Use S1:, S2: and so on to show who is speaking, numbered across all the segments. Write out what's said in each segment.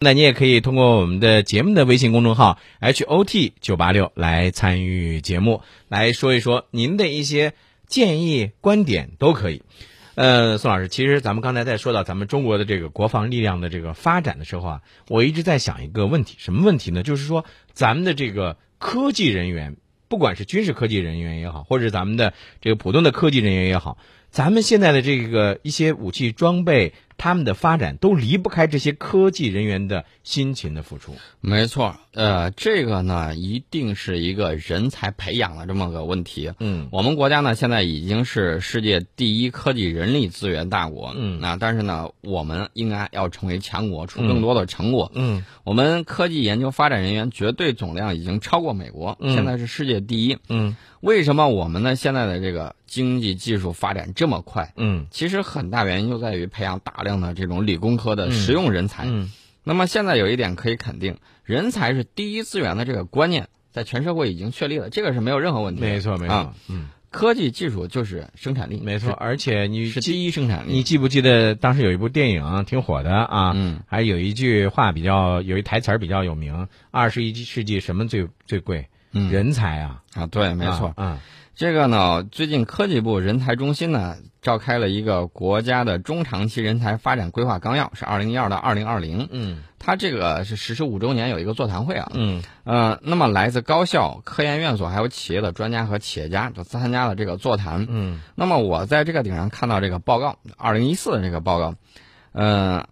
S1: 那你也可以通过我们的节目的微信公众号 H O T 九八六来参与节目，来说一说您的一些建议、观点都可以。呃，宋老师，其实咱们刚才在说到咱们中国的这个国防力量的这个发展的时候啊，我一直在想一个问题，什么问题呢？就是说咱们的这个科技人员，不管是军事科技人员也好，或者咱们的这个普通的科技人员也好，咱们现在的这个一些武器装备，他们的发展都离不开这些科技人员的辛勤的付出。
S2: 没错，呃，这个呢，一定是一个人才培养的这么个问题。
S1: 嗯
S2: 我们国家呢，现在已经是世界第一科技人力资源大国，
S1: 嗯
S2: 那但是呢，我们应该要成为强国，出更多的成果。
S1: 嗯
S2: 我们科技研究发展人员绝对总量已经超过美国，
S1: 嗯
S2: 现在是世界第一。
S1: 嗯
S2: 为什么我们呢现在的这个经济技术发展这么快？
S1: 嗯
S2: 其实很大原因就在于培养大量的这种理工科的实用人才。
S1: 嗯
S2: 那么现在有一点可以肯定，人才是第一资源的这个观念，在全社会已经确立了，这个是没有任何问题的。
S1: 没错没错
S2: 啊，
S1: 嗯
S2: 科技技术就是生产力，
S1: 没错，而且你
S2: 是，是第一生产
S1: 你
S2: 力。
S1: 记不记得当时有一部电影挺火的啊？
S2: 嗯，
S1: 还有一句话比较，有一台词儿比较有名：二十一世纪什么最最贵？
S2: 嗯
S1: 人才啊！
S2: 啊，对，没错。
S1: 啊，
S2: 这个呢，最近科技部人才中心呢召开了一个国家的中长期人才发展规划纲要，是二零一二到二零二零。
S1: 嗯
S2: 它这个是实施五周年有一个座谈会啊，
S1: 嗯
S2: 呃，那么来自高校、科研院所还有企业的专家和企业家就参加了这个座谈。
S1: 嗯
S2: 那么我在这个顶上看到这个报告，二零一四的这个报告，呃，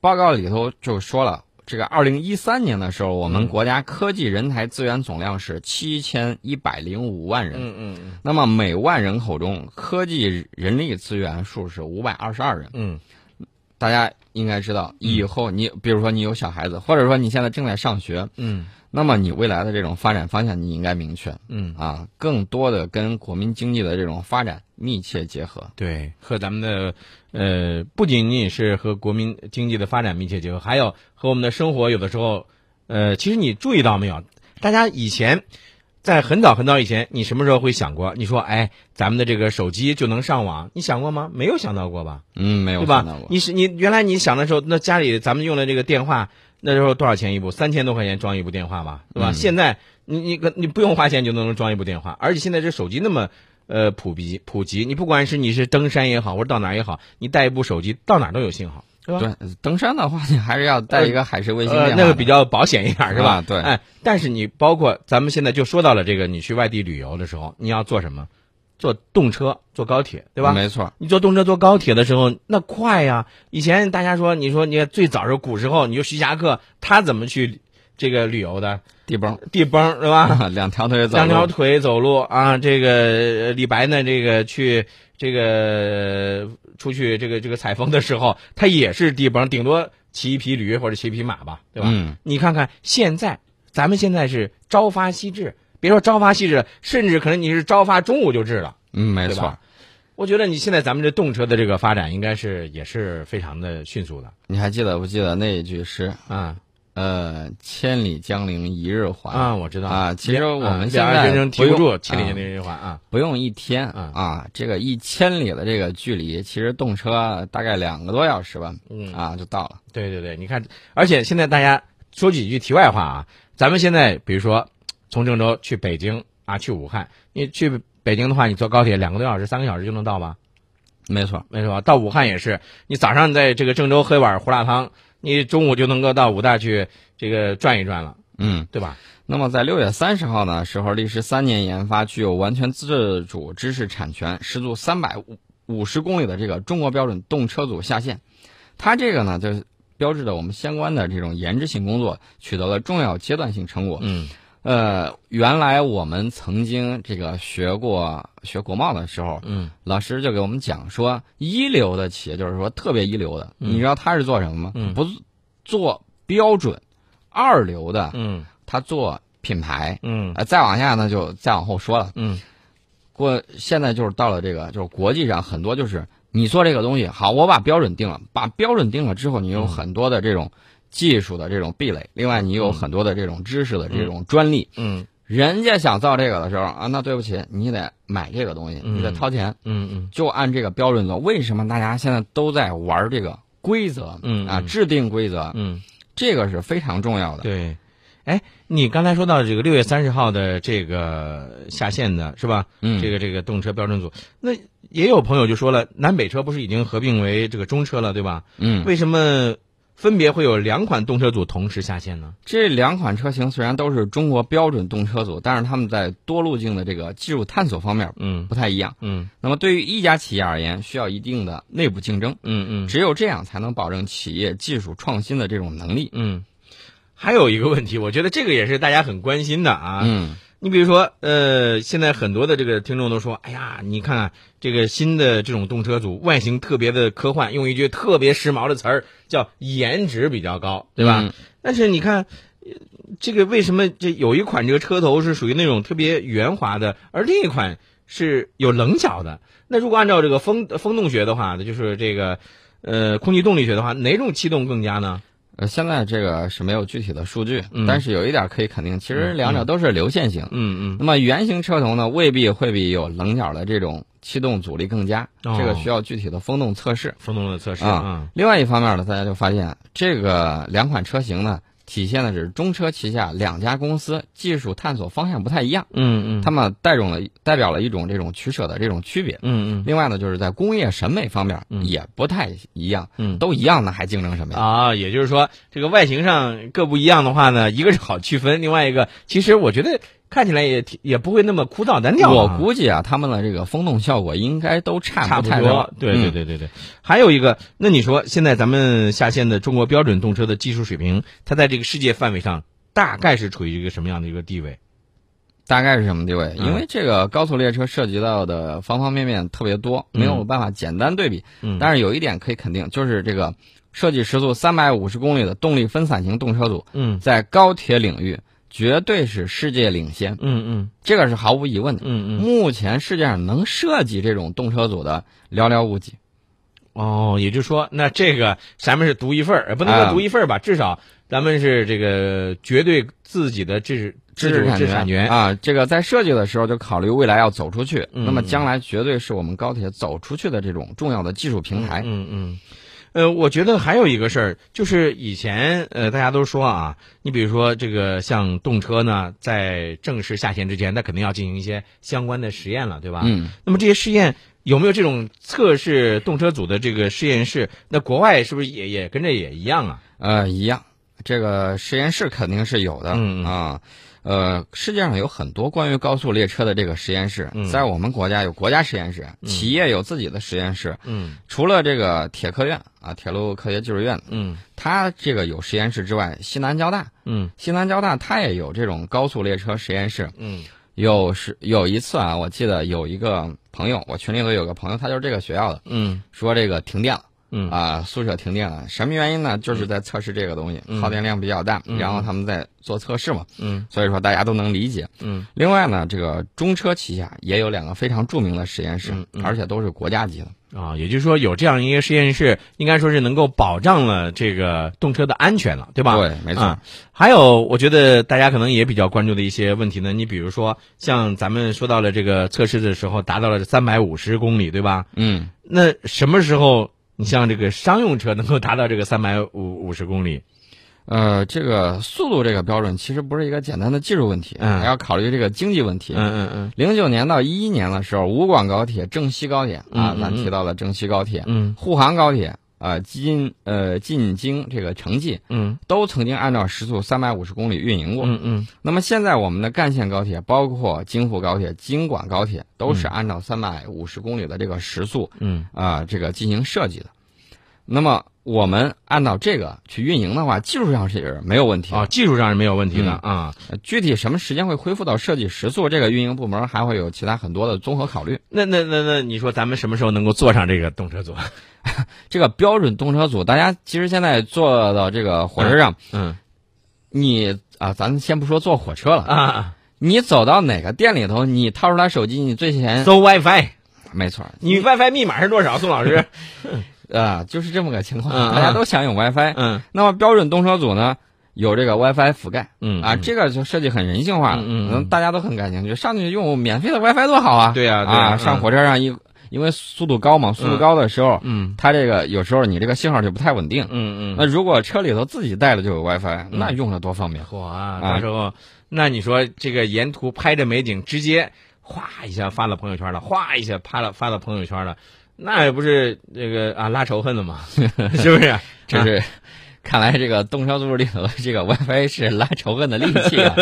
S2: 报告里头就说了，这个二零一三年的时候，我
S1: 嗯
S2: 们国家科技人才资源总量是七千一百零五万人。
S1: 嗯
S2: 那么每万人口中，科技人力资源数是五百二十二人。
S1: 嗯
S2: 大家应该知道，以后你比如说你有小孩子，或者说你现在正在上学，
S1: 嗯
S2: 那么你未来的这种发展方向你应该明确
S1: 嗯，
S2: 啊，更多的跟国民经济的这种发展密切结合。
S1: 对，和咱们的呃，不仅仅是和国民经济的发展密切结合，还有和我们的生活有的时候，呃，其实你注意到没有？大家以前。在很早很早以前，你什么时候会想过？你说，哎，咱们的这个手机就能上网，你想过吗？没有想到过吧？
S2: 嗯，没有
S1: 对
S2: 看到
S1: 吧
S2: 过？。
S1: 你是你原来你想的时候，那家里咱们用的这个电话，那时候多少钱一部？三千多块钱装一部电话吧，对吧？
S2: 嗯
S1: 现在你你跟你不用花钱就能装一部电话，而且现在这手机那么呃普及普及，你不管是你是登山也好，或者到哪儿也好，你带一部手机到哪儿都有信号，对吧？
S2: 对，登山的话，你还是要带一个海事卫星电话
S1: 呃，
S2: 的、
S1: 那个比较保险一点儿是吧？
S2: 啊对
S1: 哎，但是你包括咱们现在就说到了这个，你去外地旅游的时候，你要坐什么？坐动车，坐高铁，对吧？
S2: 没错，
S1: 你坐动车、坐高铁的时候，那快呀！以前大家说，你说你看最早时候古时候，你就徐霞客，他怎么去这个旅游的？
S2: 地崩、
S1: 地崩对 吧？
S2: 两条腿走路，
S1: 啊两条腿走路啊！这个呃李白呢，这个去这个呃出去这个这个采风的时候，他也是地崩，顶多骑一匹驴或者骑一匹马吧，对吧？
S2: 嗯，
S1: 你看看现在，咱们现在是朝发夕至，别说朝发夕至了，甚至可能你是朝发中午就至了。
S2: 嗯，没
S1: 对
S2: 错
S1: 吧。我觉得你现在咱们这动车的这个发展，应该是也是非常的迅速的
S2: 你还记得不记得那一句诗？
S1: 啊
S2: 呃，千里江陵一日还
S1: 啊！我知道
S2: 啊其实我们现
S1: 两
S2: 在
S1: 岸人生
S2: 不
S1: 停不
S2: 用
S1: 住，千里
S2: 啊
S1: 江陵人话啊，
S2: 不用一天
S1: 嗯
S2: 啊，这个一千里的这个距离，其实动车大概两个多小时吧，
S1: 嗯
S2: 啊就到了。
S1: 对对对，你看，而且现在大家说几句题外话啊，咱们现在比如说从郑州去北京啊，去武汉，你去北京的话，你坐高铁两个多小时、三个小时就能到吧？
S2: 没错，
S1: 没错，到武汉也是，你早上在这个郑州喝一碗胡辣汤，你中午就能够到武大去这个转一转了，
S2: 嗯。
S1: 对吧？
S2: 那么在六月三十号呢，时候历时三年研发、具有完全自主知识产权、时速三百五十公里的这个中国标准动车组下线，它这个呢就标志着我们相关的这种研制性工作取得了重要阶段性成果。
S1: 嗯
S2: 呃，原来我们曾经这个学过学国贸的时候，
S1: 嗯
S2: 老师就给我们讲说，一流的企业就是说特别一流的，
S1: 嗯
S2: 你知道他是做什么吗？
S1: 嗯
S2: 不做标准，二流的
S1: 嗯
S2: 他做品牌，
S1: 嗯
S2: 呃，再往下呢就再往后说了。
S1: 嗯
S2: 过现在就是到了这个，就是国际上很多就是你做这个东西好，我把标准定了，把标准定了之后，你有很多的这种技术的这种壁垒，另外你有很多的这种知识的这种专利。
S1: 嗯。
S2: 人家想造这个的时候啊，那对不起，你得买这个东西，
S1: 嗯
S2: 你得掏钱。
S1: 嗯
S2: 就按这个标准走。为什么大家现在都在玩这个规则？
S1: 嗯
S2: 啊，
S1: 嗯
S2: 制定规则，
S1: 嗯
S2: 这个是非常重要的。
S1: 对，哎，你刚才说到这个六月三十号的这个下线的是吧？
S2: 嗯
S1: 这个这个动车标准组，那也有朋友就说了，南北车不是已经合并为这个中车了，对吧？
S2: 嗯，
S1: 为什么分别会有两款动车组同时下线呢？
S2: 这两款车型虽然都是中国标准动车组，但是他们在多路径的这个技术探索方面
S1: 嗯
S2: 不太一样。
S1: 嗯
S2: 那么对于一家企业而言，需要一定的内部竞争，
S1: 嗯嗯
S2: 只有这样才能保证企业技术创新的这种能力。
S1: 嗯。还有一个问题，我觉得这个也是大家很关心的啊。
S2: 嗯，
S1: 你比如说，呃，现在很多的这个听众都说，哎呀，你看啊这个新的这种动车组外形特别的科幻，用一句特别时髦的词儿叫颜值比较高，对吧？
S2: 嗯
S1: 但是你看，呃这个为什么这有一款这个车头是属于那种特别圆滑的，而另一款是有棱角的？那如果按照这个风风动学的话，那就是这个呃空气动力学的话，哪种气动更佳呢？
S2: 呃，现在这个是没有具体的数据，
S1: 嗯
S2: 但是有一点可以肯定，其实两者都是流线型。
S1: 嗯
S2: 那么圆形车头呢，未必会比有棱角的这种气动阻力更佳，
S1: 哦
S2: 这个需要具体的风洞测试
S1: 嗯，。风动的测试
S2: 啊
S1: 啊，
S2: 另外一方面呢，大家就发现这个两款车型呢，体现的是中车旗下两家公司技术探索方向不太一样，
S1: 嗯嗯，
S2: 他们带种了代表了一种这种取舍的这种区别。
S1: 嗯
S2: 另外呢，就是在工业审美方面
S1: 嗯
S2: 也不太一样，
S1: 嗯
S2: 都一样，那还竞争什么呀？
S1: 啊，也就是说，这个外形上各不一样的话呢，一个是好区分，另外一个其实我觉得看起来也挺也不会那么枯燥单调啊、
S2: 我估计啊，他们的这个风洞效果应该都差
S1: 差
S2: 不
S1: 不
S2: 太
S1: 多，对对
S2: 嗯
S1: 对对对。还有一个，那你说现在咱们下线的中国标准动车的技术水平，它在这个世界范围上大概是处于一个什么样的一个地位？
S2: 大概是什么地位？
S1: 嗯
S2: 因为这个高速列车涉及到的方方面面特别多，
S1: 嗯
S2: 没有办法简单对比。
S1: 嗯
S2: 但是有一点可以肯定，就是这个设计时速三百五十公里的动力分散型动车组，
S1: 嗯
S2: 在高铁领域绝对是世界领先，
S1: 嗯嗯
S2: 这个是毫无疑问的。
S1: 嗯嗯。
S2: 目前世界上能设计这种动车组的寥寥无几。
S1: 哦，也就是说，那这个咱们是独一份儿，呃不能
S2: 啊
S1: 说独一份儿吧，至少咱们是这个绝对自己的知
S2: 知
S1: 主
S2: 识
S1: 知识产权。
S2: 啊，这个在设计的时候就考虑未来要走出去，
S1: 嗯
S2: 那么将来绝对是我们高铁走出去的这种重要的技术平台。
S1: 嗯嗯，呃，我觉得还有一个事儿，就是以前呃大家都说啊，你比如说这个像动车呢，在正式下线之前，它肯定要进行一些相关的实验了，对吧？
S2: 嗯，
S1: 那么这些试验有没有这种测试动车组的这个实验室？那国外是不是也也跟着也一样啊？
S2: 呃，一样，这个实验室肯定是有的、
S1: 嗯
S2: 啊。呃，世界上有很多关于高速列车的这个实验室，
S1: 嗯
S2: 在我们国家有国家实验室，企业有自己的实验室。
S1: 嗯
S2: 除了这个铁科院啊，铁路科学技术院，
S1: 嗯
S2: 它这个有实验室之外，西南交大，
S1: 嗯
S2: 西南交大它也有这种高速列车实验室。
S1: 嗯
S2: 有是有一次啊，我记得有一个朋友，我群里头有个朋友，他就是这个学校的，
S1: 嗯
S2: 说这个停电了。
S1: 嗯
S2: 啊、宿舍停电了，什么原因呢？就是在测试这个东西，
S1: 嗯
S2: 耗电量比较大，
S1: 嗯
S2: 然后他们在做测试嘛，
S1: 嗯
S2: 所以说大家都能理解。
S1: 嗯
S2: 另外呢，这个中车旗下也有两个非常著名的实验室，
S1: 嗯嗯
S2: 而且都是国家级的。
S1: 啊，也就是说有这样一个实验室，应该说是能够保障了这个动车的安全了，对吧？
S2: 对，没错。
S1: 啊还有，我觉得大家可能也比较关注的一些问题呢，你比如说像咱们说到了这个测试的时候达到了三百五十公里，对吧？
S2: 嗯，
S1: 那什么时候你像这个商用车能够达到这个三百五五十公里？
S2: 呃，这个速度这个标准其实不是一个简单的技术问题，
S1: 嗯
S2: 还要考虑这个经济问题。
S1: 嗯嗯
S2: 零九年到一一年的时候，武广高铁、郑西高铁啊
S1: 嗯嗯，
S2: 咱
S1: 嗯
S2: 提到了郑西高铁、
S1: 嗯
S2: 沪杭高铁啊、京呃进京这个城际，
S1: 嗯
S2: 都曾经按照时速三百五十公里运营过。
S1: 嗯嗯
S2: 那么现在我们的干线高铁，包括京沪高铁、京广高铁，都是按照三百五十公里的这个时速
S1: 嗯
S2: 啊、这个进行设计的。那么我们按照这个去运营的话，技术上是没有问题
S1: 嗯，啊，
S2: 的。
S1: 技术上是没有问题的啊。
S2: 呃具体什么时间会恢复到设计时速，这个运营部门还会有其他很多的综合考虑。
S1: 那那那那，你说咱们什么时候能够坐上这个动车组？
S2: 这个标准动车组，大家其实现在坐到这个火车上，
S1: 嗯
S2: 你啊、咱先不说坐火车了，
S1: 啊，
S2: 你走到哪个店里头，你掏出来手机，你最先
S1: 搜 WiFi，
S2: 没错，
S1: 你 WiFi 密码是多少，宋老师？
S2: 啊，就是这么个情况，
S1: 嗯嗯
S2: 大家都享有 WiFi。
S1: 嗯
S2: 那么标准动车组呢，有这个 WiFi 覆盖
S1: 嗯
S2: 啊，这个就设计很人性化了，
S1: 嗯嗯嗯
S2: 大家都很感兴趣，上去用免费的 WiFi 多好啊！
S1: 对呀对呀
S2: 啊，
S1: 嗯
S2: 上火车上一因为速度高嘛，速度高的时候，
S1: 嗯
S2: 它这个有时候你这个信号就不太稳定。
S1: 嗯
S2: 那如果车里头自己带了就有 WiFi，那用着多方便。
S1: 火啊，大师傅，那你说这个沿途拍着美景，直接哗一下发了朋友圈了，哗一下发了发到朋友圈了，那不是这个啊拉仇恨了吗？ 是不啊是？
S2: 这是， 看来这个动车组里头的这个 WiFi 是拉仇恨的利器啊。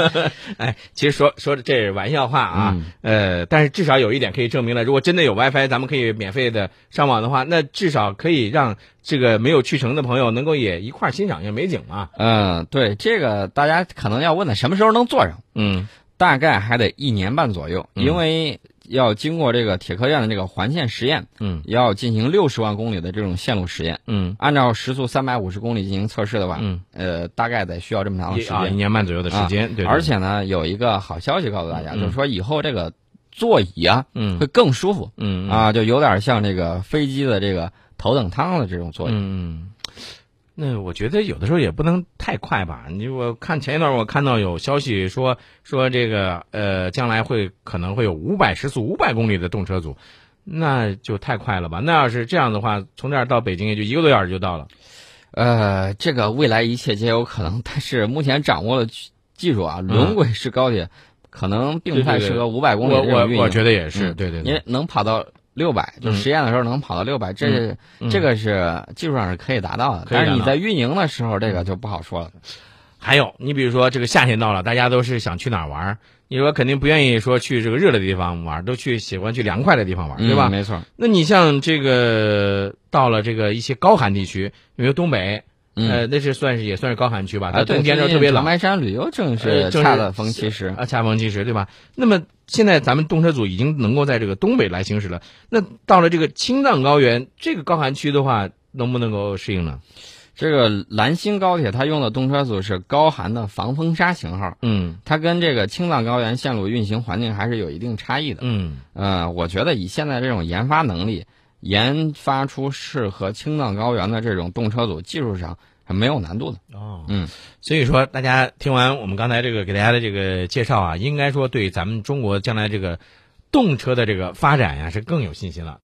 S1: 哎，其实说说的这是玩笑话啊，
S2: 嗯
S1: 呃，但是至少有一点可以证明了，如果真的有 WiFi，咱们可以免费的上网的话，那至少可以让这个没有去成的朋友能够也一块儿欣赏一下美景嘛。
S2: 嗯，对，这个大家可能要问的，什么时候能坐上？
S1: 嗯
S2: 大概还得一年半左右，
S1: 嗯
S2: 因为要经过这个铁科院的这个环线实验，
S1: 嗯
S2: 要进行六十万公里的这种线路实验。
S1: 嗯
S2: 按照时速三百五十公里进行测试的话，
S1: 嗯，
S2: 呃，大概得需要这么长的
S1: 一
S2: 时
S1: 啊一
S2: 间。
S1: 年半左右的时间，对对，
S2: 而且呢，有一个好消息告诉大家，
S1: 嗯
S2: 就是说以后这个座椅啊
S1: 嗯
S2: 会更舒服
S1: 嗯嗯
S2: 啊，就有点像这个飞机的这个头等舱的这种座椅。
S1: 嗯，那我觉得有的时候也不能太快吧。你我看前一段我看到有消息说说这个呃，将来会可能会有五百时速五百公里的动车组，那就太快了吧？那要是这样的话，从这儿到北京也就一个多小时就到了。
S2: 呃，这个未来一切皆有可能，但是目前掌握的技技术啊，
S1: 嗯
S2: 轮轨式高铁可能并不太适合五百公里
S1: 我
S2: 这种运
S1: 我我
S2: 营。
S1: 觉得也是，
S2: 嗯
S1: 对对
S2: 因
S1: 对，
S2: 为能跑到六百，就
S1: 嗯
S2: 实验的时候能跑到六百，这
S1: 嗯
S2: 这个是技术上是可以达到的。
S1: 可以达到
S2: 但是你在运营的时候，这个就不好说了。
S1: 还有，你比如说这个夏天到了，大家都是想去哪儿玩儿？你说肯定不愿意说去这个热的地方玩儿，都去喜欢去凉快的地方玩儿，对吧？
S2: 嗯没错。
S1: 那你像这个到了这个一些高寒地区，比如东北，
S2: 嗯，
S1: 呃，那是算是也算是高寒区吧，它
S2: 啊，对，
S1: 冬天的时
S2: 最
S1: 候特
S2: 近
S1: 别
S2: 长
S1: 冷，
S2: 白山旅游正
S1: 呃
S2: 是
S1: 正是
S2: 恰的风其时。
S1: 啊，恰逢其时，对吧？那么现在咱们动车组已经能够在这个东北来行驶了，那到了这个青藏高原这个高寒区的话，能不能够适应呢？
S2: 这个兰新高铁它用的动车组是高寒的防风沙型号，
S1: 嗯
S2: 它跟这个青藏高原线路运行环境还是有一定差异的。
S1: 嗯
S2: 呃，我觉得以现在这种研发能力，研发出适合青藏高原的这种动车组，技术上还没有难度的。
S1: 哦
S2: 嗯，
S1: 所以说大家听完我们刚才这个给大家的这个介绍啊，应该说对咱们中国将来这个动车的这个发展呀、是更有信心了。